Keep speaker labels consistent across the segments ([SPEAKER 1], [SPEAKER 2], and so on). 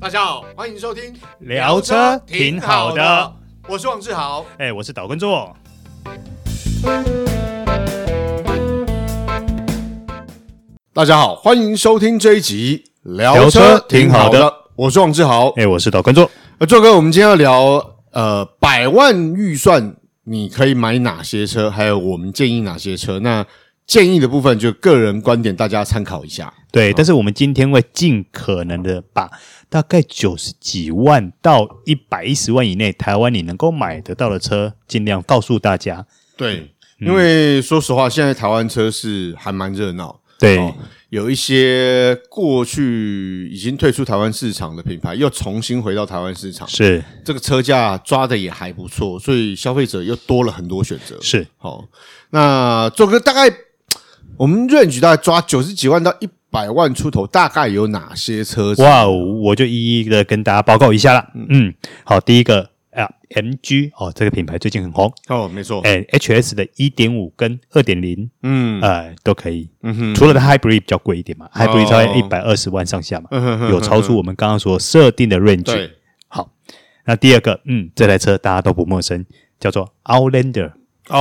[SPEAKER 1] 大家好，欢迎收听
[SPEAKER 2] 聊车挺好的，
[SPEAKER 1] 我是王志豪。
[SPEAKER 2] 哎、我是岛根座。
[SPEAKER 1] 大家好，欢迎收听这一集聊
[SPEAKER 2] 聊车挺好的，
[SPEAKER 1] 我是王志豪。
[SPEAKER 2] 哎、我是岛根座。
[SPEAKER 1] 呃，壮哥，我们今天要聊呃百万预算你可以买哪些车，还有我们建议哪些车。那建议的部分就个人观点，大家参考一下。
[SPEAKER 2] 对，但是我们今天会尽可能的把大概九十几万到一百一十万以内台湾你能够买得到的车，尽量告诉大家。
[SPEAKER 1] 对，因为说实话，现在台湾车市还蛮热闹。
[SPEAKER 2] 对，
[SPEAKER 1] 哦有一些过去已经退出台湾市场的品牌，又重新回到台湾市场，
[SPEAKER 2] 是
[SPEAKER 1] 这个车价抓的也还不错，所以消费者又多了很多选择。
[SPEAKER 2] 是，
[SPEAKER 1] 好、那做哥大概我们 range 大概抓九十几万到一百万出头，大概有哪些车子？
[SPEAKER 2] 哇哦，我就一一的跟大家报告一下啦。嗯，好，第一个啊，MG 哦，这个品牌最近很红，
[SPEAKER 1] 哦，没错，
[SPEAKER 2] 哎、h s 的一点五跟二点零，
[SPEAKER 1] 嗯
[SPEAKER 2] 呃，都可以。
[SPEAKER 1] 嗯哼，
[SPEAKER 2] 除了它 Hybrid 比较贵一点嘛、h y b r i d
[SPEAKER 1] 哦
[SPEAKER 2] 大概一百二十万上下嘛，
[SPEAKER 1] 嗯哼哼
[SPEAKER 2] 有超出我们刚刚所设定的 range。
[SPEAKER 1] 对，
[SPEAKER 2] 好，那第二个，嗯，这台车大家都不陌生，叫做 Outlander。
[SPEAKER 1] 哦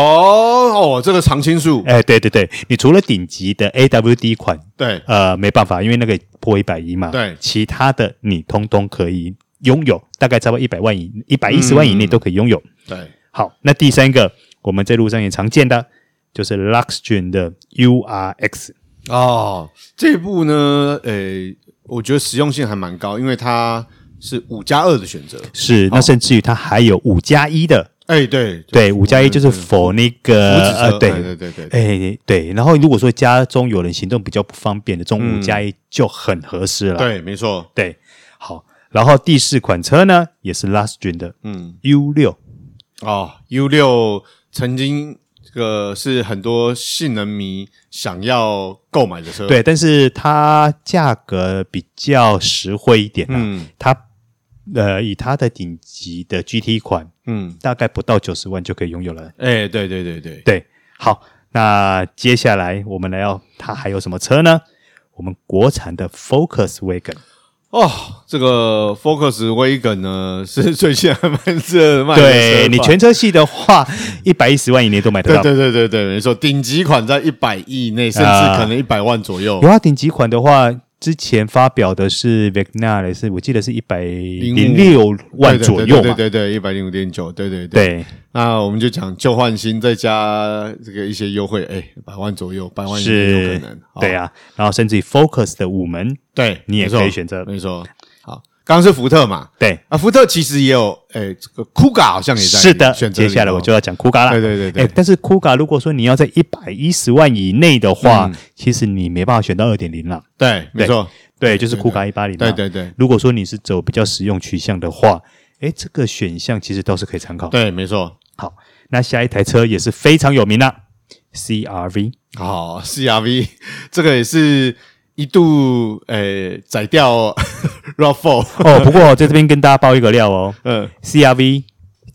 [SPEAKER 1] 哦，这个常青树，
[SPEAKER 2] 哎、对对对，你除了顶级的 AWD 款，
[SPEAKER 1] 对，
[SPEAKER 2] 呃，没办法，因为那个破一百一嘛，
[SPEAKER 1] 对
[SPEAKER 2] 其他的你通通可以拥有，大概差不多一百万以一百一十万以
[SPEAKER 1] 嗯
[SPEAKER 2] 内都可以拥有。
[SPEAKER 1] 对，
[SPEAKER 2] 好，那第三个，我们在路上也常见的，就是 Luxgen 的 URX。
[SPEAKER 1] 哦，这一部呢，诶、我觉得实用性还蛮高，因为它是五加二的选择。
[SPEAKER 2] 是，那甚至于它还有五加一的，
[SPEAKER 1] 哎、对
[SPEAKER 2] 哦对，五加一就是否那个
[SPEAKER 1] 五指车
[SPEAKER 2] 呃，对
[SPEAKER 1] 哎对对对对
[SPEAKER 2] 哎、对，然后如果说家中有人行动比较不方便的，这种五加一就很合适了。
[SPEAKER 1] 对，没错，
[SPEAKER 2] 对，好，然后第四款车呢，也是 Lastgen 的，嗯，U 六，
[SPEAKER 1] 哦，U 六曾经这个是很多性能迷想要购买的车，，
[SPEAKER 2] 对，但是它价格比较实惠一点啦、啊
[SPEAKER 1] 嗯
[SPEAKER 2] 它呃以它的顶级的 GT 款，
[SPEAKER 1] 嗯，
[SPEAKER 2] 大概不到九十万就可以拥有了。
[SPEAKER 1] 哎、对对对对，
[SPEAKER 2] 对，好，那接下来我们来要它还有什么车呢？我们国产的 Focus Wagon，
[SPEAKER 1] 哦，这个 Focus Wagon 呢是最近还蛮热卖的车
[SPEAKER 2] 对
[SPEAKER 1] 款
[SPEAKER 2] 你全车系的话，一百一十万以内都买得
[SPEAKER 1] 对
[SPEAKER 2] 到。
[SPEAKER 1] 对对对对，没错，顶级款在一百亿内，甚至
[SPEAKER 2] 啊
[SPEAKER 1] 可能一百万左右
[SPEAKER 2] 有，啊，顶级款的话，之前发表的是 Vecna 的是，我记得是一百零六万左右
[SPEAKER 1] 对
[SPEAKER 2] 嘛。
[SPEAKER 1] 对对对，一百零五点九，对对对。
[SPEAKER 2] 对，
[SPEAKER 1] 那我们就讲旧换新，再加这个一些优惠，哎，百万左右，百万以内有
[SPEAKER 2] 是
[SPEAKER 1] 可能。，
[SPEAKER 2] 对
[SPEAKER 1] 啊，
[SPEAKER 2] 啊。然后甚至于 Focus 的五门，
[SPEAKER 1] 对
[SPEAKER 2] 你也
[SPEAKER 1] 没错
[SPEAKER 2] 可以选择
[SPEAKER 1] 没错。好，刚刚是福特嘛，
[SPEAKER 2] 对，
[SPEAKER 1] 啊，福特其实也有，哎，这个酷嘎好像也在
[SPEAKER 2] 是的。
[SPEAKER 1] 选择
[SPEAKER 2] 接
[SPEAKER 1] 里
[SPEAKER 2] 下来
[SPEAKER 1] 头
[SPEAKER 2] 我就要讲酷咖了。
[SPEAKER 1] 对对对对
[SPEAKER 2] 哎但是酷咖如果说你要在一百一十万以内的
[SPEAKER 1] 嗯
[SPEAKER 2] 话，其实你没办法选到二点零了。
[SPEAKER 1] 对，没错，
[SPEAKER 2] 对，就是
[SPEAKER 1] 对
[SPEAKER 2] 酷咖一八零。
[SPEAKER 1] 对对对
[SPEAKER 2] 如果说你是走比较实用取向的话，哎，这个选项其实倒是可以参考。
[SPEAKER 1] 对，没错。
[SPEAKER 2] 好，那下一台车也是非常有名啦 c r v
[SPEAKER 1] 好，CRV 这个也是一度哎宰掉 RAV4，
[SPEAKER 2] 哦，不过在这边跟大家爆一个料哦
[SPEAKER 1] 嗯，
[SPEAKER 2] ，CRV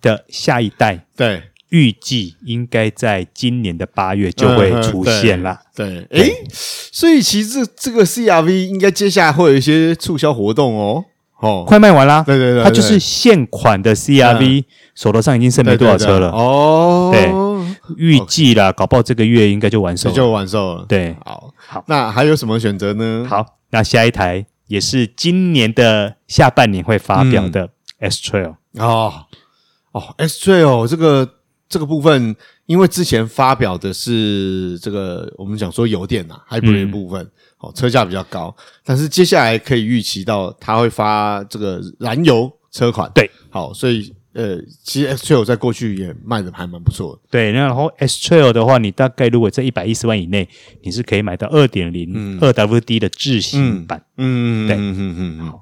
[SPEAKER 2] 的下一代
[SPEAKER 1] 对，
[SPEAKER 2] 预计应该在今年的八月就
[SPEAKER 1] 嗯
[SPEAKER 2] 会出现啦。
[SPEAKER 1] 对，诶，所以其实这这个 CRV 应该接下来会有一些促销活动哦，哦，
[SPEAKER 2] 快卖完啦，
[SPEAKER 1] 对对对对
[SPEAKER 2] 它就是现款的 CRV，手头上已经剩没
[SPEAKER 1] 对
[SPEAKER 2] 多少车
[SPEAKER 1] 对对
[SPEAKER 2] 了，
[SPEAKER 1] 哦，
[SPEAKER 2] 对预计啦，搞不好这个月应该就完售
[SPEAKER 1] 这
[SPEAKER 2] 了。
[SPEAKER 1] 就完售了。，
[SPEAKER 2] 对，
[SPEAKER 1] 好，
[SPEAKER 2] 好
[SPEAKER 1] 那还有什么选择呢？
[SPEAKER 2] 好，那下一台也是今年的下半年会发表
[SPEAKER 1] 嗯
[SPEAKER 2] 的 S Trail，
[SPEAKER 1] 哦哦，S Trail 这个这个部分，因为之前发表的是这个我们讲说油电呐、啊、，Hybrid
[SPEAKER 2] 嗯
[SPEAKER 1] 部分，哦，车价比较高，但是接下来可以预期到它会发这个燃油车款。
[SPEAKER 2] 对，
[SPEAKER 1] 好，所以呃，其实 S Trail 在过去也卖的还蛮不错的。
[SPEAKER 2] 对，那然后 S Trail 的话，你大概如果在一百一十万以内，你是可以买到二点零二 WD 的智行版。
[SPEAKER 1] 嗯，
[SPEAKER 2] 对
[SPEAKER 1] 嗯嗯嗯嗯，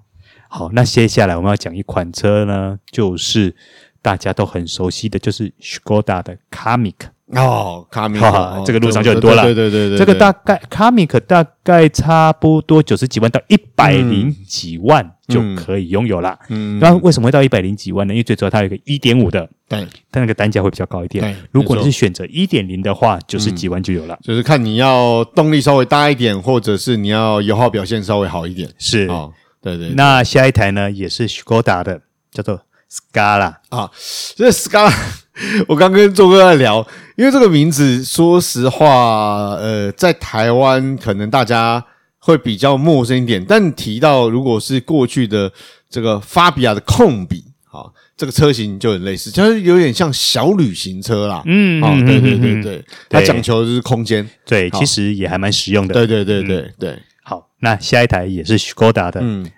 [SPEAKER 2] 好，那接下来我们要讲一款车呢，就是大家都很熟悉的，就是 Skoda 的 Kamiq。
[SPEAKER 1] 哦，卡米，
[SPEAKER 2] 哈哈
[SPEAKER 1] 哦
[SPEAKER 2] 这个路上就很多了
[SPEAKER 1] 对对对对，对
[SPEAKER 2] 这个
[SPEAKER 1] 对
[SPEAKER 2] 大概 Kamiq 大概差不多九十几万到一百零几万就可以拥有啦。
[SPEAKER 1] 嗯，
[SPEAKER 2] 那为什么会到一百零几万呢？因为最主要它有一个一点五的，
[SPEAKER 1] 对，
[SPEAKER 2] 它那个单价会比较高一
[SPEAKER 1] 对
[SPEAKER 2] 点。如果
[SPEAKER 1] 没
[SPEAKER 2] 你
[SPEAKER 1] 错
[SPEAKER 2] 是选择一点零的话，九十几万就有了。
[SPEAKER 1] 就是看你要动力稍微大一点，或者是你要油耗表现稍微好一点。
[SPEAKER 2] 是，
[SPEAKER 1] 哦，对对
[SPEAKER 2] 那下一台呢，也是 Skoda 的，叫做 Scala。
[SPEAKER 1] 啊，这 Scala，我刚 跟周哥在聊，因为这个名字，说实话，呃，在台湾可能大家会比较陌生一点，但提到如果是过去的这个发比亚的控比，啊，这个车型就很类似，就是有点像小旅行车啦。
[SPEAKER 2] 嗯
[SPEAKER 1] 啊，
[SPEAKER 2] 嗯
[SPEAKER 1] 对
[SPEAKER 2] 嗯
[SPEAKER 1] 对
[SPEAKER 2] 嗯
[SPEAKER 1] 对
[SPEAKER 2] 嗯
[SPEAKER 1] 对，它讲求的就是空间，
[SPEAKER 2] 对，
[SPEAKER 1] 好
[SPEAKER 2] 其实也还蛮实用的。
[SPEAKER 1] 对对对对对，
[SPEAKER 2] 好，那下一台也是 Skoda 的
[SPEAKER 1] 嗯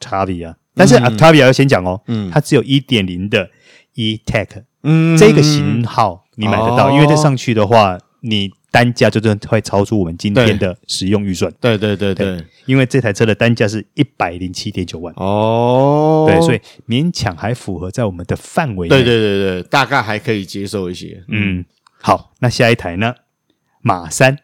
[SPEAKER 2] Octavia，、但是 Octavia 要先讲哦，
[SPEAKER 1] 嗯
[SPEAKER 2] 它只有1.0的 E-Tech、
[SPEAKER 1] 嗯
[SPEAKER 2] 这个型号你买得到，
[SPEAKER 1] 哦
[SPEAKER 2] 因为这上去的话，你单价就真的会超出我们今天的使用预算，
[SPEAKER 1] 对对对对，
[SPEAKER 2] 因为这台车的单价是107.9万。
[SPEAKER 1] 哦，
[SPEAKER 2] 对，所以勉强还符合在我们的范围内。
[SPEAKER 1] 对对对对，大概还可以接受一些，
[SPEAKER 2] 嗯，好，那下一台呢？马三，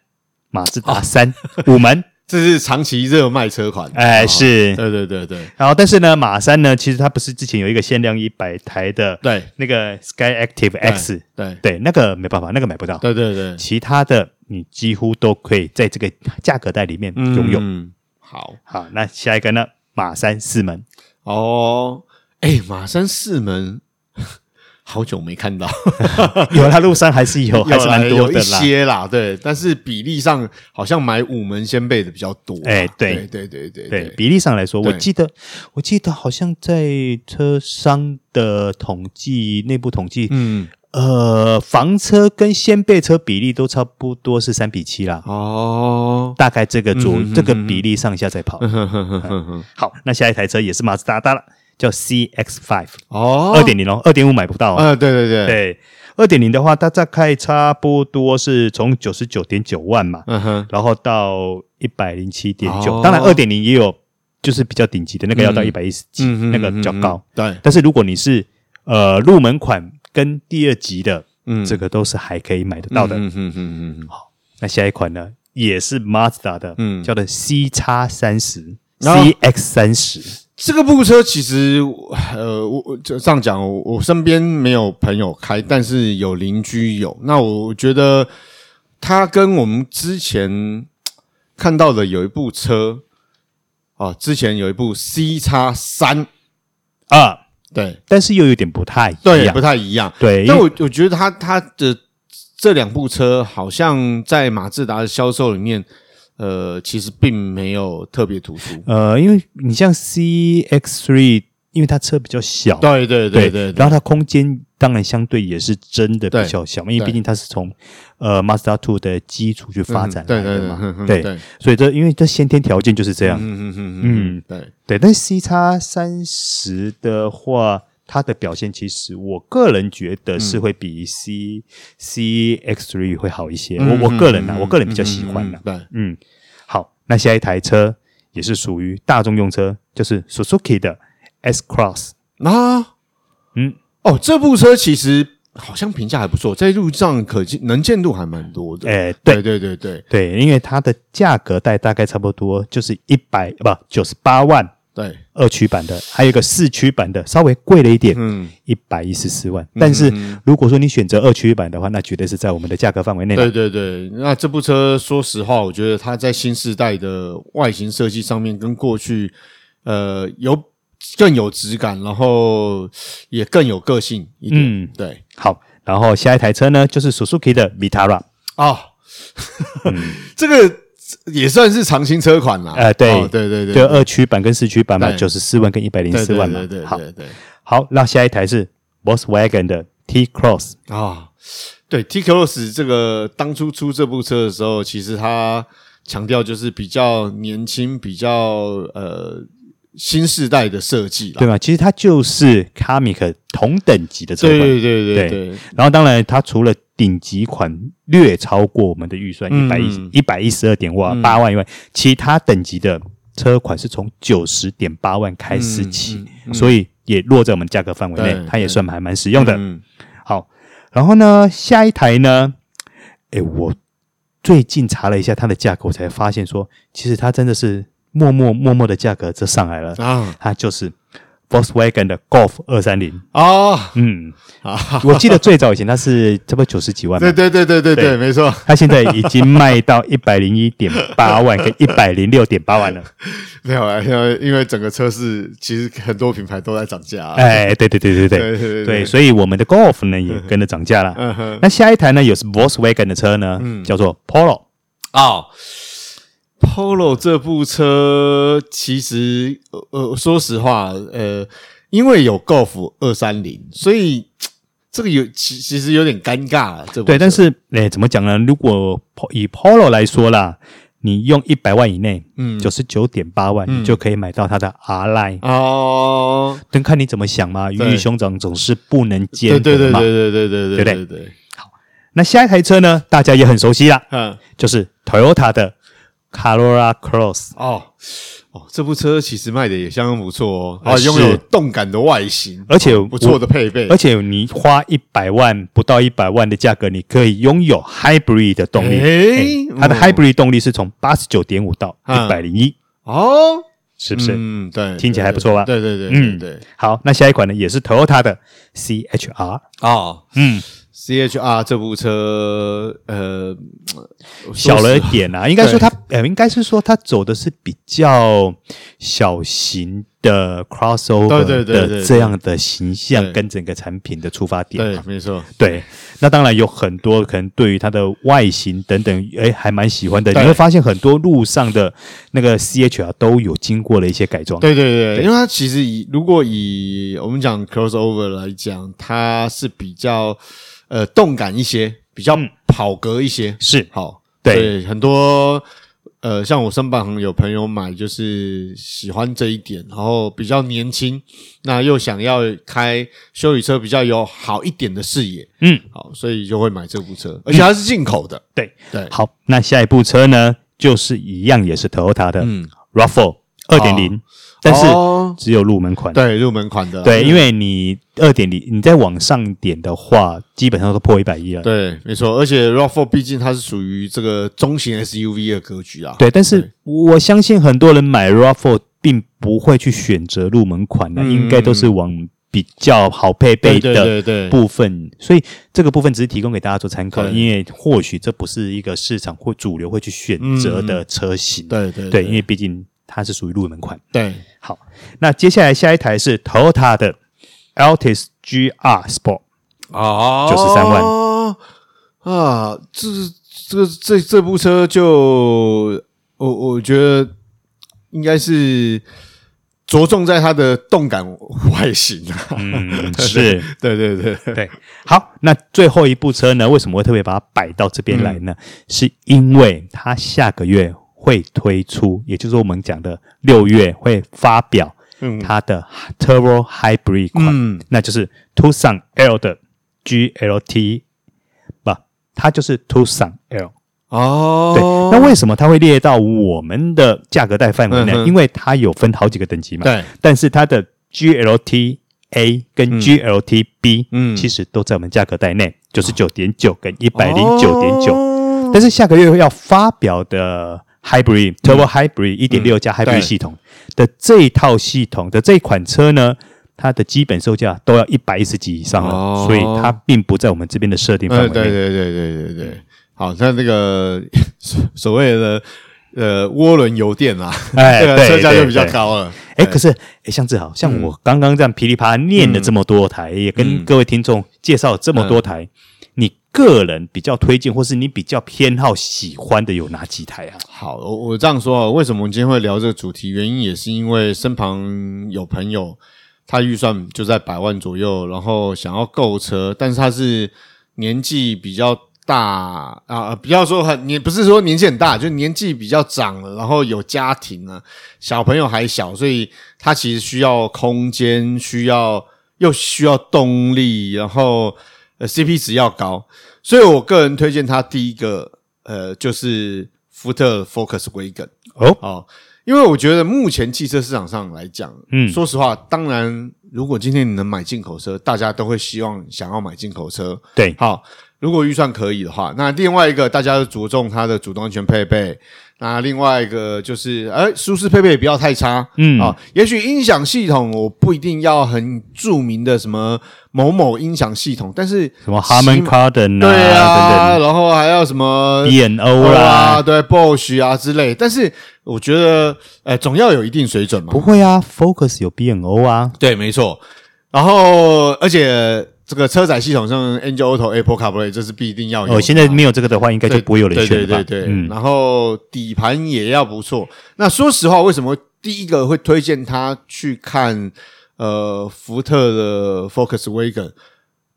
[SPEAKER 2] 马自
[SPEAKER 1] 啊
[SPEAKER 2] 达三、五门，
[SPEAKER 1] 这是长期热卖车款，
[SPEAKER 2] 哎、
[SPEAKER 1] 哦
[SPEAKER 2] 是。
[SPEAKER 1] 对对对对
[SPEAKER 2] 然后，但是呢，马三呢，其实它不是之前有一个限量一百台的
[SPEAKER 1] 对
[SPEAKER 2] 那个 Sky Active X，
[SPEAKER 1] 对
[SPEAKER 2] 对，那个没办法，那个买不到。
[SPEAKER 1] 对对对，
[SPEAKER 2] 其他的你几乎都可以在这个价格带里面拥有。
[SPEAKER 1] 嗯好
[SPEAKER 2] 好，那下一个呢？马三四 门，
[SPEAKER 1] 哦，哎，马三四门好久没看到，
[SPEAKER 2] 有啦，路上还是有， 还是蛮
[SPEAKER 1] 有
[SPEAKER 2] 多
[SPEAKER 1] 啦
[SPEAKER 2] 的
[SPEAKER 1] 有一
[SPEAKER 2] 啦。
[SPEAKER 1] 些啦，对，但是比例上好像买五门掀背的比较多啦，
[SPEAKER 2] 哎对
[SPEAKER 1] 对对对对
[SPEAKER 2] 对比例上来说，我
[SPEAKER 1] 对
[SPEAKER 2] 记得我记得好像在车商的统计内部统计，
[SPEAKER 1] 嗯
[SPEAKER 2] 呃，房车跟掀背车比例都差不多是三比七啦，
[SPEAKER 1] 哦，
[SPEAKER 2] 大概这个
[SPEAKER 1] 嗯
[SPEAKER 2] 左、
[SPEAKER 1] 哼嗯
[SPEAKER 2] 这个比例上下在跑。
[SPEAKER 1] 哼哼哼哼哼
[SPEAKER 2] 好，那下一台车也是马自达的了，叫 CX Five
[SPEAKER 1] 哦，
[SPEAKER 2] 二点零哦，二点五买不到、哦。
[SPEAKER 1] 呃，对对对，
[SPEAKER 2] 对，二点零的话，它大概差不多是从九十九点九万嘛，
[SPEAKER 1] 嗯哼，
[SPEAKER 2] 然后到一百零七点
[SPEAKER 1] 哦
[SPEAKER 2] 九。当然，二点零也有就是比较顶级的那个，要到一百一十几，
[SPEAKER 1] 嗯哼
[SPEAKER 2] 那个比较高。，
[SPEAKER 1] 嗯嗯
[SPEAKER 2] 但是如果你是呃入门款跟第二级的，
[SPEAKER 1] 嗯
[SPEAKER 2] 这个都是还可以买得
[SPEAKER 1] 对，
[SPEAKER 2] 到的。
[SPEAKER 1] 嗯嗯嗯嗯，好，
[SPEAKER 2] 那下一款呢，也是 Mazda 的，
[SPEAKER 1] 嗯
[SPEAKER 2] 叫做 C 叉三十
[SPEAKER 1] 然后
[SPEAKER 2] ，CX 三十，
[SPEAKER 1] 这个部车其实，呃，我我这这样讲，我我身边没有朋友开，但是有邻居有。那我觉得它跟我们之前看到的有一部车啊，之前有一部 C 叉三，
[SPEAKER 2] 啊，
[SPEAKER 1] 对
[SPEAKER 2] 但是又有点不太一
[SPEAKER 1] 对，不
[SPEAKER 2] 样。
[SPEAKER 1] 太一样。
[SPEAKER 2] 对，
[SPEAKER 1] 但我我觉得它它的这两部车好像在马自达的销售里面，呃，其实并没有特别突出。
[SPEAKER 2] 呃，因为你像 CX Three，因为它车比较小，
[SPEAKER 1] 对对对对对
[SPEAKER 2] 然后它空间当然相对也是真的比较小嘛，因为
[SPEAKER 1] 对
[SPEAKER 2] 毕竟它是从呃 Mazda Two 的基础去发展
[SPEAKER 1] 对
[SPEAKER 2] 来
[SPEAKER 1] 对
[SPEAKER 2] 的
[SPEAKER 1] 对
[SPEAKER 2] 嘛，
[SPEAKER 1] 嗯嗯
[SPEAKER 2] 对
[SPEAKER 1] 对，
[SPEAKER 2] 所以这因为这先天条件就是这样，
[SPEAKER 1] 嗯嗯嗯嗯
[SPEAKER 2] 嗯，
[SPEAKER 1] 对，
[SPEAKER 2] 对。但 C 叉三十的话，它的表现其实我个人觉得
[SPEAKER 1] 嗯
[SPEAKER 2] 是会比 C、C X Three 会好一些，我我个人呢、
[SPEAKER 1] 嗯
[SPEAKER 2] 我个人比较喜欢啦。
[SPEAKER 1] 嗯嗯嗯
[SPEAKER 2] 嗯，好，那下一台车也是属于大众用车，就是 Suzuki 的 S Cross。
[SPEAKER 1] 对，啊，
[SPEAKER 2] 嗯，
[SPEAKER 1] 哦，这部车其实好像评价还不错，在路上可见能见度还蛮多的。
[SPEAKER 2] 哎、对
[SPEAKER 1] 对对对对
[SPEAKER 2] 对，因为它的价格带大概差不多就是一百不九十八万
[SPEAKER 1] 对，
[SPEAKER 2] 二驱版的，还有一个四驱版的，稍微贵了一点，
[SPEAKER 1] 嗯，
[SPEAKER 2] 一百一十四万。但是如果说你选择二驱版的话，那绝对是在我们的价格范围内
[SPEAKER 1] 对
[SPEAKER 2] 了。
[SPEAKER 1] 对对。那这部车，说实话，我觉得它在新时代的外形设计上面，跟过去呃有更有质感，然后也更有个性一点。
[SPEAKER 2] 嗯，
[SPEAKER 1] 对
[SPEAKER 2] 好，然后下一台车呢，就是 Suzuki 的 Vitara。
[SPEAKER 1] 哦， 这个也算是长青车款啦。
[SPEAKER 2] 哎嗯对
[SPEAKER 1] 哦对对
[SPEAKER 2] 对，二驱版跟四驱版嘛，
[SPEAKER 1] 对
[SPEAKER 2] 九十四万跟一百零
[SPEAKER 1] 对
[SPEAKER 2] 四
[SPEAKER 1] 对
[SPEAKER 2] 万嘛
[SPEAKER 1] 对。对
[SPEAKER 2] 好
[SPEAKER 1] 对对。
[SPEAKER 2] 好，那下一台是 Volkswagen 的 T Cross。
[SPEAKER 1] 啊、对 T Cross 这个当初出这部车的时候，其实它强调就是比较年轻、比较呃新世代的设计啦
[SPEAKER 2] 对。吗？其实它就是 Kamiq 同等级的车款，
[SPEAKER 1] 对对对对
[SPEAKER 2] 对
[SPEAKER 1] 对
[SPEAKER 2] 然后当然，它除了顶级款略超过我们的预算
[SPEAKER 1] 嗯
[SPEAKER 2] 一百一一百一十二点万八万以外，其他等级的车款是从九十点八万开始
[SPEAKER 1] 嗯
[SPEAKER 2] 起，所以也落在我们价格范围内
[SPEAKER 1] 对，
[SPEAKER 2] 它也算还蛮实用的。
[SPEAKER 1] 嗯
[SPEAKER 2] 好，然后呢，下一台呢，哎，我最近查了一下它的价格，我才发现说，其实它真的是默默默默的价格这上来了，
[SPEAKER 1] 啊，
[SPEAKER 2] 它就是 Volkswagen 的 Golf 二三零。
[SPEAKER 1] 哦，
[SPEAKER 2] 嗯，
[SPEAKER 1] 啊，
[SPEAKER 2] 我记得最早以前它是差不多九十几万吧
[SPEAKER 1] 对，对对对对对，
[SPEAKER 2] 对
[SPEAKER 1] 没错，
[SPEAKER 2] 它现在已经卖到一百零一点八万跟一百零六点八 万了。
[SPEAKER 1] 没有啊，因为因为整个车市其实很多品牌都在涨价、啊，
[SPEAKER 2] 哎，对对对对
[SPEAKER 1] 对
[SPEAKER 2] 对
[SPEAKER 1] 对对
[SPEAKER 2] 对，所以我们的 Golf 呢也跟着涨价了。
[SPEAKER 1] 嗯哼，
[SPEAKER 2] 那下一台呢，也是 Volkswagen 的车呢，叫做 Polo。
[SPEAKER 1] 哦，Polo 这部车其实呃呃，说实话，呃，因为有 Golf 二三零，所以嘖这个有其其实有点尴尬了。这部
[SPEAKER 2] 对，
[SPEAKER 1] 车
[SPEAKER 2] 但是哎，怎么讲呢？如果 Po- 以 Polo 来说啦，你用一百万以内，
[SPEAKER 1] 嗯
[SPEAKER 2] 九十九点八万，你就可以买到它的 R Line。
[SPEAKER 1] 哦，
[SPEAKER 2] 但看你怎么想嘛，鱼
[SPEAKER 1] 对
[SPEAKER 2] 与熊掌总是不能兼
[SPEAKER 1] 对对
[SPEAKER 2] 得
[SPEAKER 1] 对
[SPEAKER 2] 嘛。
[SPEAKER 1] 对对对对
[SPEAKER 2] 对不对
[SPEAKER 1] 对对，
[SPEAKER 2] 那下一台车呢，大家也很熟悉啦，
[SPEAKER 1] 嗯，
[SPEAKER 2] 就是 Toyota 的 Corolla Cross。
[SPEAKER 1] 哦哦，这部车其实卖的也相当不错哦，啊，
[SPEAKER 2] 是
[SPEAKER 1] 拥有动感的外形，
[SPEAKER 2] 而且
[SPEAKER 1] 哦不错的配备，
[SPEAKER 2] 而且你花一百万不到一百万的价格，你可以拥有 Hybrid 的动力。
[SPEAKER 1] 诶
[SPEAKER 2] 哎它的
[SPEAKER 1] 嗯
[SPEAKER 2] Hybrid 动力是从八十九点五到
[SPEAKER 1] 嗯
[SPEAKER 2] 一百零一，
[SPEAKER 1] 哦，
[SPEAKER 2] 是不是？
[SPEAKER 1] 嗯，对，
[SPEAKER 2] 听起来还不错吧
[SPEAKER 1] 对对对，对
[SPEAKER 2] 嗯
[SPEAKER 1] 对，
[SPEAKER 2] 好，那下一款呢也是 Toyota 的 CHR。
[SPEAKER 1] 哦。
[SPEAKER 2] 嗯，
[SPEAKER 1] CHR 这部车，呃，
[SPEAKER 2] 小了一点啊，应该
[SPEAKER 1] 对
[SPEAKER 2] 说它，呃，应该是说它走的是比较小型的 crossover
[SPEAKER 1] 对对对对
[SPEAKER 2] 的
[SPEAKER 1] 对
[SPEAKER 2] 这样的形
[SPEAKER 1] 对
[SPEAKER 2] 象跟整个产品的出发点
[SPEAKER 1] 对
[SPEAKER 2] 啊，。
[SPEAKER 1] 没错，
[SPEAKER 2] 对，那当然有很多可能对于它的外形等等，哎，还蛮喜欢的。你
[SPEAKER 1] 对
[SPEAKER 2] 会发现很多路上的那个 CHR 都有经过了一些改装。
[SPEAKER 1] 对对对，因为它其实以如果以我们讲 crossover 来讲，它是比较呃动感一些，比较跑格一些，
[SPEAKER 2] 是
[SPEAKER 1] 好，
[SPEAKER 2] 对
[SPEAKER 1] 所以很多呃，像我身旁有朋友买，就是喜欢这一点，然后比较年轻，那又想要开修理车比较有好一点的视野，
[SPEAKER 2] 嗯，
[SPEAKER 1] 好，所以就会买这部车，而且它是进口的，
[SPEAKER 2] 对。
[SPEAKER 1] 对，
[SPEAKER 2] 好，那下一部车呢，就是一样也是 Toyota 的
[SPEAKER 1] 嗯
[SPEAKER 2] RAV4 二点零，但是
[SPEAKER 1] 哦
[SPEAKER 2] 只有入门款。
[SPEAKER 1] 对入门款的，
[SPEAKER 2] 对，因为你二点零，你再往上点的话，基本上都破一百一了。
[SPEAKER 1] 对，没错，而且 RAV4 毕竟它是属于这个中型 SUV 的格局啊。
[SPEAKER 2] 对，但是我相信很多人买 RAV4 并不会去选择入门款的，
[SPEAKER 1] 嗯
[SPEAKER 2] 应该都是往比较好配备
[SPEAKER 1] 对
[SPEAKER 2] 的
[SPEAKER 1] 对对对，
[SPEAKER 2] 部分。所以这个部分只是提供给大家做参考，
[SPEAKER 1] 对
[SPEAKER 2] 因为或许这不是一个市场或主流会去选择的车型。
[SPEAKER 1] 对嗯对
[SPEAKER 2] 对，因为毕竟它是属于入门款。
[SPEAKER 1] 对，
[SPEAKER 2] 好，那接下来下一台是 Toyota 的 Altis GR Sport。
[SPEAKER 1] 哦
[SPEAKER 2] 93
[SPEAKER 1] 万啊！这这这这部车就我我觉得应该是着重在它的动感外形啊。
[SPEAKER 2] 嗯，是。
[SPEAKER 1] 对对对，
[SPEAKER 2] 对，好，那最后一部车呢？为什么会特别把它摆到这边来呢？
[SPEAKER 1] 嗯
[SPEAKER 2] 是因为它下个月会推出，也就是我们讲的六月会发表
[SPEAKER 1] 嗯
[SPEAKER 2] 它的 Turbo Hybrid 款，
[SPEAKER 1] 嗯
[SPEAKER 2] 那就是 Tucson L 的 GLT，不，它就是 Tucson L。对，
[SPEAKER 1] 哦，
[SPEAKER 2] 那为什么它会列到我们的价格带范围内？
[SPEAKER 1] 嗯哼
[SPEAKER 2] 因为它有分好几个等级嘛。
[SPEAKER 1] 对
[SPEAKER 2] 但是它的 GLT A 跟 GLT B，
[SPEAKER 1] 嗯
[SPEAKER 2] 嗯，其实都在我们价格带内，九十九点九跟一百零九点九。
[SPEAKER 1] 哦
[SPEAKER 2] 但是下个月要发表的 Hybrid Turbo Hybrid 一点六加
[SPEAKER 1] 嗯对
[SPEAKER 2] Hybrid 系统的这一套系统的这一款车呢，它的基本售价都要一百一十几以上
[SPEAKER 1] 哦
[SPEAKER 2] 了，所以它并不在我们这边的设定范
[SPEAKER 1] 呃，
[SPEAKER 2] 围内。
[SPEAKER 1] 对对对对对对，好，那那个所所谓的呃涡轮油电啊，
[SPEAKER 2] 哎
[SPEAKER 1] 这个
[SPEAKER 2] 对
[SPEAKER 1] 车价
[SPEAKER 2] 对
[SPEAKER 1] 就比较
[SPEAKER 2] 对
[SPEAKER 1] 高了。
[SPEAKER 2] 哎，可是哎，像志豪，
[SPEAKER 1] 嗯
[SPEAKER 2] 像我刚刚这样噼里啪啦念了这么多台，也跟各位听众介绍了这么多台，
[SPEAKER 1] 嗯
[SPEAKER 2] 你个人比较推荐，或是你比较偏好、喜欢的有哪几台啊？
[SPEAKER 1] 好，我我这样说啊，为什么我们今天会聊这个主题？原因也是因为身旁有朋友，他预算就在百万左右，然后想要购车，但是他是年纪比较大啊、呃比较说很年不是说年纪很大，就年纪比较长了，然后有家庭了，小朋友还小，所以他其实需要空间，需要又需要动力，然后呃 CP 值要高，所以我个人推荐他第一个呃就是福特 Focus Wagon
[SPEAKER 2] 哦，
[SPEAKER 1] 哦，因为我觉得目前汽车市场上来讲，
[SPEAKER 2] 嗯
[SPEAKER 1] 说实话，当然如果今天你能买进口车，大家都会希望想要买进口车，
[SPEAKER 2] 对，
[SPEAKER 1] 好，如果预算可以的话，那另外一个大家着重它的主动安全配备，那另外一个就是，哎、舒适配备也不要太差，
[SPEAKER 2] 嗯
[SPEAKER 1] 啊，也许音响系统我不一定要很著名的什么某某音响系统，但是
[SPEAKER 2] 什么 Harman
[SPEAKER 1] 起码
[SPEAKER 2] Kardon
[SPEAKER 1] 对啊，
[SPEAKER 2] 啊等等
[SPEAKER 1] 然后还要什么
[SPEAKER 2] ，B N O
[SPEAKER 1] 对
[SPEAKER 2] 啦
[SPEAKER 1] 啊，，对 Bosch 啊之类，但是我觉得，呃，总要有一定水准嘛
[SPEAKER 2] 不。会啊，Focus 有 B N O 啊，
[SPEAKER 1] 对，没错。然后，而且这个车载系统像 Angel Auto、Apple CarPlay，这是必定要有的嘛。啊
[SPEAKER 2] 哦，现在没有这个的话，应该就不会有人
[SPEAKER 1] 对
[SPEAKER 2] 选
[SPEAKER 1] 对
[SPEAKER 2] 了吧？
[SPEAKER 1] 对对，
[SPEAKER 2] 嗯，
[SPEAKER 1] 然后底盘也要不错。那说实话，为什么第一个会推荐他去看呃福特的 Focus Wagon？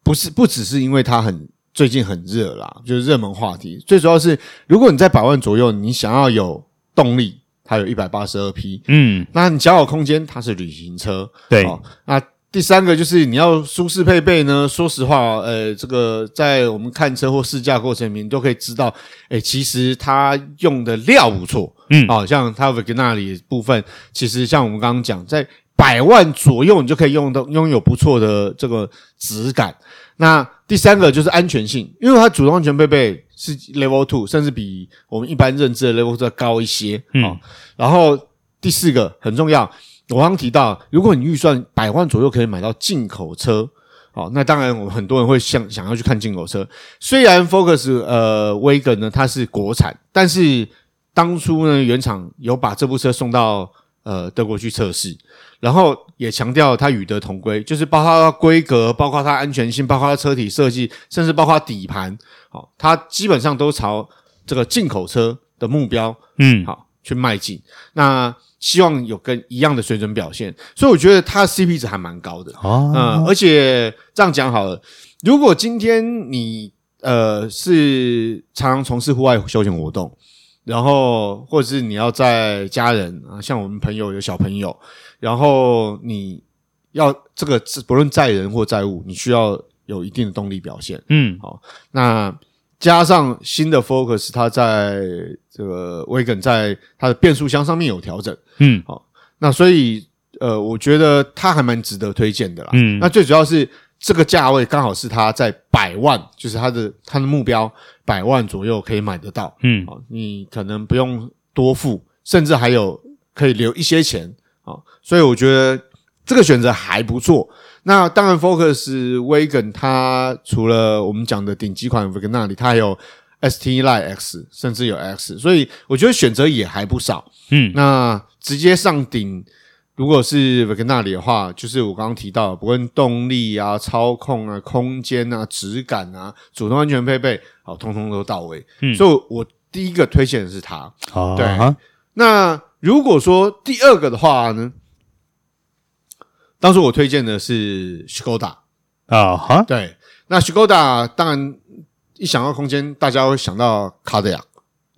[SPEAKER 1] 不是，不只是因为它很最近很热啦，就是热门话题。最主要是，如果你在百万左右，你想要有动力，它有一百八十二匹，
[SPEAKER 2] 嗯，
[SPEAKER 1] 那你想要有空间，它是旅行车，
[SPEAKER 2] 对，
[SPEAKER 1] 哦，那第三个就是你要舒适配备呢。说实话，呃，这个在我们看车或试驾过程里面，你都可以知道，哎，其实它用的料不错，
[SPEAKER 2] 嗯
[SPEAKER 1] 哦，像它 v e g n a r i 部分，其实像我们刚刚讲，在百万左右，你就可以用到拥有不错的这个质感。那第三个就是安全性，因为它主动安全配备是 Level Two，甚至比我们一般认知的 Level Two 要高一些，
[SPEAKER 2] 嗯
[SPEAKER 1] 哦，然后第四个很重要，我刚刚提到，如果你预算百万左右可以买到进口车，哦，那当然我们很多人会想想要去看进口车。虽然 Focus 呃 Wagon 呢它是国产，但是当初呢原厂有把这部车送到呃德国去测试，然后也强调它与德同规，就是包括它规格、包括它安全性、包括它车体设计，甚至包括底盘，好、哦，它基本上都朝这个进口车的目标
[SPEAKER 2] 嗯，
[SPEAKER 1] 好去迈进。那希望有跟一样的水准表现，所以我觉得它 CP 值还蛮高的。
[SPEAKER 2] 哦，
[SPEAKER 1] 嗯，而且这样讲好了，如果今天你呃是常常从事户外休闲活动，然后或者是你要在家人啊，像我们朋友有小朋友，然后你要这个不论载人或载物，你需要有一定的动力表现。
[SPEAKER 2] 嗯，
[SPEAKER 1] 那加上新的 Focus，它在这个 Wagon 在它的变速箱上面有调整，
[SPEAKER 2] 嗯，
[SPEAKER 1] 那所以呃，我觉得它还蛮值得推荐的啦。
[SPEAKER 2] 嗯
[SPEAKER 1] 那最主要是这个价位刚好是它在百万，就是它的它的目标百万左右可以买得到，
[SPEAKER 2] 嗯，
[SPEAKER 1] 哦，你可能不用多付，甚至还有可以留一些钱哦，所以我觉得这个选择还不错。那当然，Focus Wagon 它除了我们讲的顶级款 v e g n a r i 它还有 ST Line X，甚至有 X，所以我觉得选择也还不少。
[SPEAKER 2] 嗯
[SPEAKER 1] 那直接上顶，如果是 v e g n a r i 的话，就是我刚刚提到的，不论动力啊、操控啊、空间啊、质感啊、主动安全配备，好，通通都到位。
[SPEAKER 2] 嗯
[SPEAKER 1] 所以我第一个推荐的是它。
[SPEAKER 2] 好，
[SPEAKER 1] 对
[SPEAKER 2] 啊
[SPEAKER 1] 那如果说第二个的话呢，当初我推荐的是 Skoda，
[SPEAKER 2] 啊哈，
[SPEAKER 1] 对，那 Skoda 当然一想到空间，大家会想到 Cardiac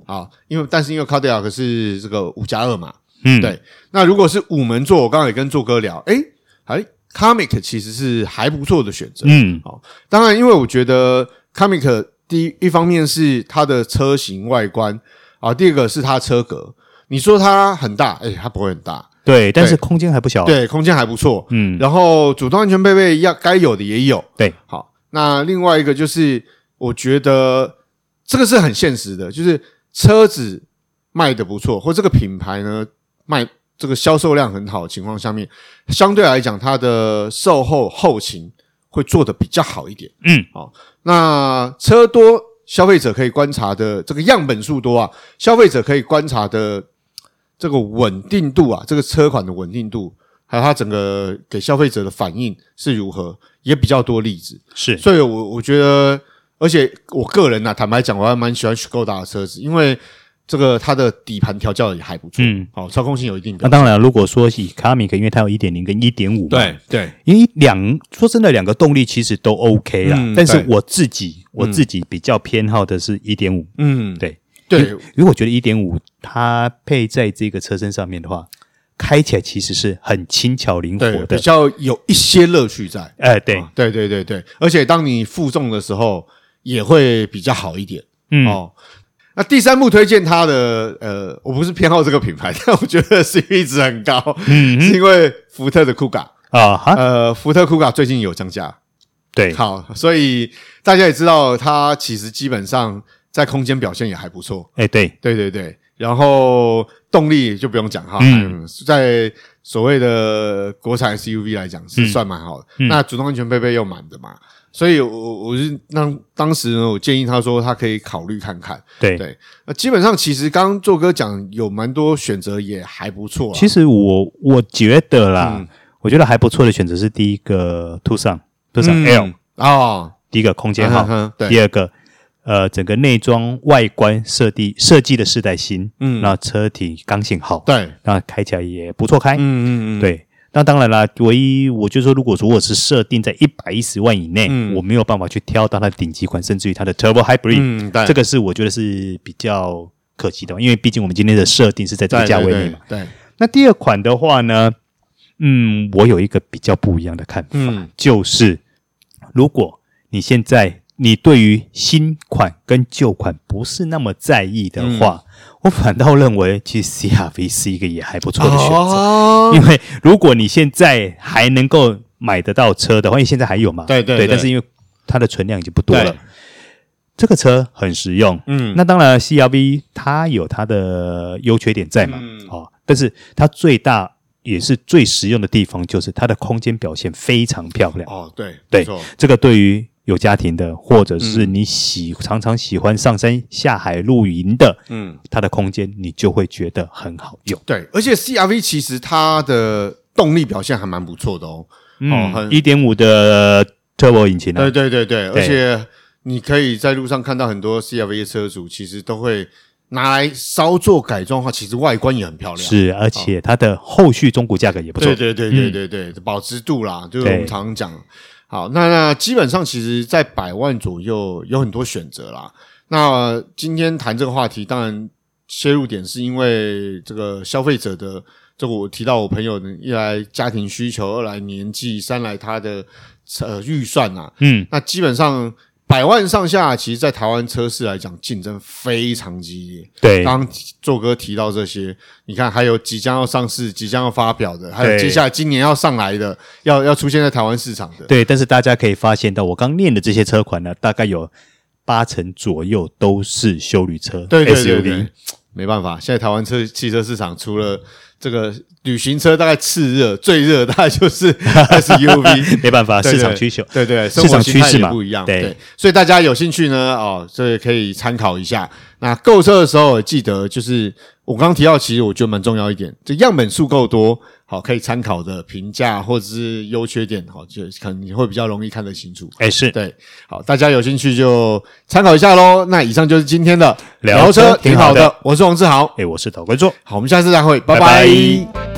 [SPEAKER 1] 啊，因为但是因为 Cardiac 是这个五加二嘛，
[SPEAKER 2] 嗯，
[SPEAKER 1] 对那如果是五门座，我刚刚也跟做哥聊，诶，还 Comic 其实是还不错的选择，
[SPEAKER 2] 嗯，
[SPEAKER 1] 当然，因为我觉得 Comic 第一一方面是它的车型外观啊，第二个是它车格。你说它很大，哎、它不会很大，
[SPEAKER 2] 对，但是空间还不小，，
[SPEAKER 1] 对，空间还不错。
[SPEAKER 2] 嗯，
[SPEAKER 1] 然后主动安全配备要该有的也有，
[SPEAKER 2] 对，
[SPEAKER 1] 好。那另外一个就是，我觉得这个是很现实的，就是车子卖的不错，或这个品牌呢卖这个销售量很好的情况下面，相对来讲它的售后后勤会做的比较好一点。
[SPEAKER 2] 嗯，
[SPEAKER 1] 那车多，消费者可以观察的这个样本数多啊，消费者可以观察的这个稳定度啊，这个车款的稳定度，还有它整个给消费者的反应是如何，也比较多例子。
[SPEAKER 2] 是，
[SPEAKER 1] 所以我，我觉得，而且我个人呢、坦白讲，我还蛮喜欢 Skoda 的车子，因为这个它的底盘调教也还不错，
[SPEAKER 2] 嗯，
[SPEAKER 1] 好、操控性有一定
[SPEAKER 2] 那
[SPEAKER 1] 的。
[SPEAKER 2] 当然，如果说以 Comic，因为它有一点零跟一点五，，
[SPEAKER 1] 对，
[SPEAKER 2] 因为两说真的，两个动力其实都 OK 啦，
[SPEAKER 1] 嗯
[SPEAKER 2] 但是
[SPEAKER 1] 对
[SPEAKER 2] 我自己我自己比较偏好的是一点五，
[SPEAKER 1] 嗯，
[SPEAKER 2] 对
[SPEAKER 1] 对，
[SPEAKER 2] 因为我觉得一点五它配在这个车身上面的话，开起来其实是很轻巧灵活
[SPEAKER 1] 对，比
[SPEAKER 2] 的，
[SPEAKER 1] 较有一些乐趣在。
[SPEAKER 2] 哎，对，
[SPEAKER 1] 啊对对对对，而且当你负重的时候也会比较好一点、
[SPEAKER 2] 嗯，
[SPEAKER 1] 哦。那第三部推荐它的，呃，我不是偏好这个品牌， 但我觉得 CP 值很高，
[SPEAKER 2] 嗯
[SPEAKER 1] 是因为福特的酷 a
[SPEAKER 2] 啊哈，
[SPEAKER 1] 呃，福特酷 a 最近有降价，
[SPEAKER 2] 对，
[SPEAKER 1] 好，所以大家也知道，它其实基本上在空间表现也还不错。
[SPEAKER 2] 哎，对，
[SPEAKER 1] 对对对，然后动力就不用讲哈，
[SPEAKER 2] 嗯
[SPEAKER 1] 嗯，在所谓的国产 SUV 来讲是算蛮好的。
[SPEAKER 2] 嗯
[SPEAKER 1] 那主动安全配备又满的嘛，所以我我我是当当时呢，我建议他说他可以考虑看看。
[SPEAKER 2] 对。
[SPEAKER 1] 对，那基本上其实刚刚做哥讲有蛮多选择也还不错啦，啊
[SPEAKER 2] 其实我我觉得
[SPEAKER 1] 嗯
[SPEAKER 2] 啦，我觉得还不错的选择是第一个 Tucson Tucson
[SPEAKER 1] 嗯
[SPEAKER 2] L，
[SPEAKER 1] 哦，
[SPEAKER 2] 第一个空间号
[SPEAKER 1] 嗯，哼对，
[SPEAKER 2] 第二个，呃，整个内装外观设计设计的世代新，
[SPEAKER 1] 嗯
[SPEAKER 2] 那车体刚性好，
[SPEAKER 1] 对，
[SPEAKER 2] 那开起来也不错开，
[SPEAKER 1] 嗯嗯嗯，
[SPEAKER 2] 哎对。那当然啦，唯一我就说，如果说我是设定在一百一十万以内，
[SPEAKER 1] 嗯
[SPEAKER 2] 我没有办法去挑到它的顶级款，甚至于它的 Turbo Hybrid，、
[SPEAKER 1] 嗯对，
[SPEAKER 2] 这
[SPEAKER 1] 个
[SPEAKER 2] 个是我觉得是比较可惜的，因为毕竟我们今天的设定是在这个价位内嘛。，
[SPEAKER 1] 对对，对
[SPEAKER 2] 那第二款的话呢，嗯，我有一个比较不一样的看法，
[SPEAKER 1] 嗯
[SPEAKER 2] 就是如果你现在你对于新款跟旧款不是那么在意的话，
[SPEAKER 1] 嗯
[SPEAKER 2] 我反倒认为其实 CRV 是一个也还不错的选择，嗯
[SPEAKER 1] 哦
[SPEAKER 2] 因为如果你现在还能够买得到车的话，因为现在还有嘛，
[SPEAKER 1] 对对
[SPEAKER 2] 对，
[SPEAKER 1] 对
[SPEAKER 2] 但是因为它的存量已经不多了
[SPEAKER 1] 对，
[SPEAKER 2] 这个车很实用，
[SPEAKER 1] 嗯
[SPEAKER 2] 那当然，CRV 它有它的优缺点在嘛，
[SPEAKER 1] 嗯
[SPEAKER 2] 哦，但是它最大也是最实用的地方就是它的空间表现非常漂亮。
[SPEAKER 1] 哦，对
[SPEAKER 2] 对
[SPEAKER 1] 没错
[SPEAKER 2] 这个对于有家庭的，或者是
[SPEAKER 1] 嗯
[SPEAKER 2] 你喜、常常喜欢上山下海露营的，
[SPEAKER 1] 嗯，
[SPEAKER 2] 它的空间你就会觉得很好用。
[SPEAKER 1] 对，而且 CRV 其实它的动力表现还蛮不错的哦，哦，很
[SPEAKER 2] 一点五的 turbo 引擎
[SPEAKER 1] 对
[SPEAKER 2] 啊，
[SPEAKER 1] 对对对，
[SPEAKER 2] 对
[SPEAKER 1] 而且你可以在路上看到很多 CRV 的车主，其实都会拿来稍作改装的话，其实外观也很漂亮。
[SPEAKER 2] 是，而且它的后续中古价格也不错嗯
[SPEAKER 1] 对。对对对对对，保值度啦，就是
[SPEAKER 2] 对
[SPEAKER 1] 我们常常讲。好，那那基本上其实，在百万左右有很多选择啦。那今天谈这个话题，当然切入点是因为这个消费者的，这个我提到我朋友的，一来家庭需求，二来年纪，三来他的呃预算啊。
[SPEAKER 2] 嗯，
[SPEAKER 1] 那基本上百万上下，其实，在台湾车市来讲，竞争非常激烈。
[SPEAKER 2] 对，
[SPEAKER 1] 刚刚做哥提到这些，你看还有即将要上市、即将要发表的，还有
[SPEAKER 2] 对
[SPEAKER 1] 接下来今年要上来的，要要出现在台湾市场的。
[SPEAKER 2] 对，但是大家可以发现到，我刚念的这些车款呢，大概有八成左右都是修旅车
[SPEAKER 1] 对对对
[SPEAKER 2] SUV。
[SPEAKER 1] 对，没办法，现在台湾车汽车市场除了这个旅行车大概炽热，最热大概就是 SUV。
[SPEAKER 2] 没办法，
[SPEAKER 1] 对
[SPEAKER 2] 啊市
[SPEAKER 1] 对
[SPEAKER 2] 场需求。
[SPEAKER 1] 对对，
[SPEAKER 2] 市
[SPEAKER 1] 生活
[SPEAKER 2] 场
[SPEAKER 1] 形
[SPEAKER 2] 趋
[SPEAKER 1] 态
[SPEAKER 2] 势
[SPEAKER 1] 也
[SPEAKER 2] 嘛
[SPEAKER 1] 不一样，
[SPEAKER 2] 对
[SPEAKER 1] 对，所以大家有兴趣呢，哦，这可以参考一下。那购车的时候，记得就是我刚刚提到，其实我觉得蛮重要一点，这样本数够多，好，可以参考的评价或者是优缺点，好，就可能你会比较容易看得清楚。
[SPEAKER 2] 哎，是
[SPEAKER 1] 对，好，大家有兴趣就参考一下喽。那以上就是今天的
[SPEAKER 2] 聊车挺好的
[SPEAKER 1] 的，我是王志豪。
[SPEAKER 2] 哎，我是导观众。
[SPEAKER 1] 好，我们下次再会，拜
[SPEAKER 2] 拜
[SPEAKER 1] 拜
[SPEAKER 2] 拜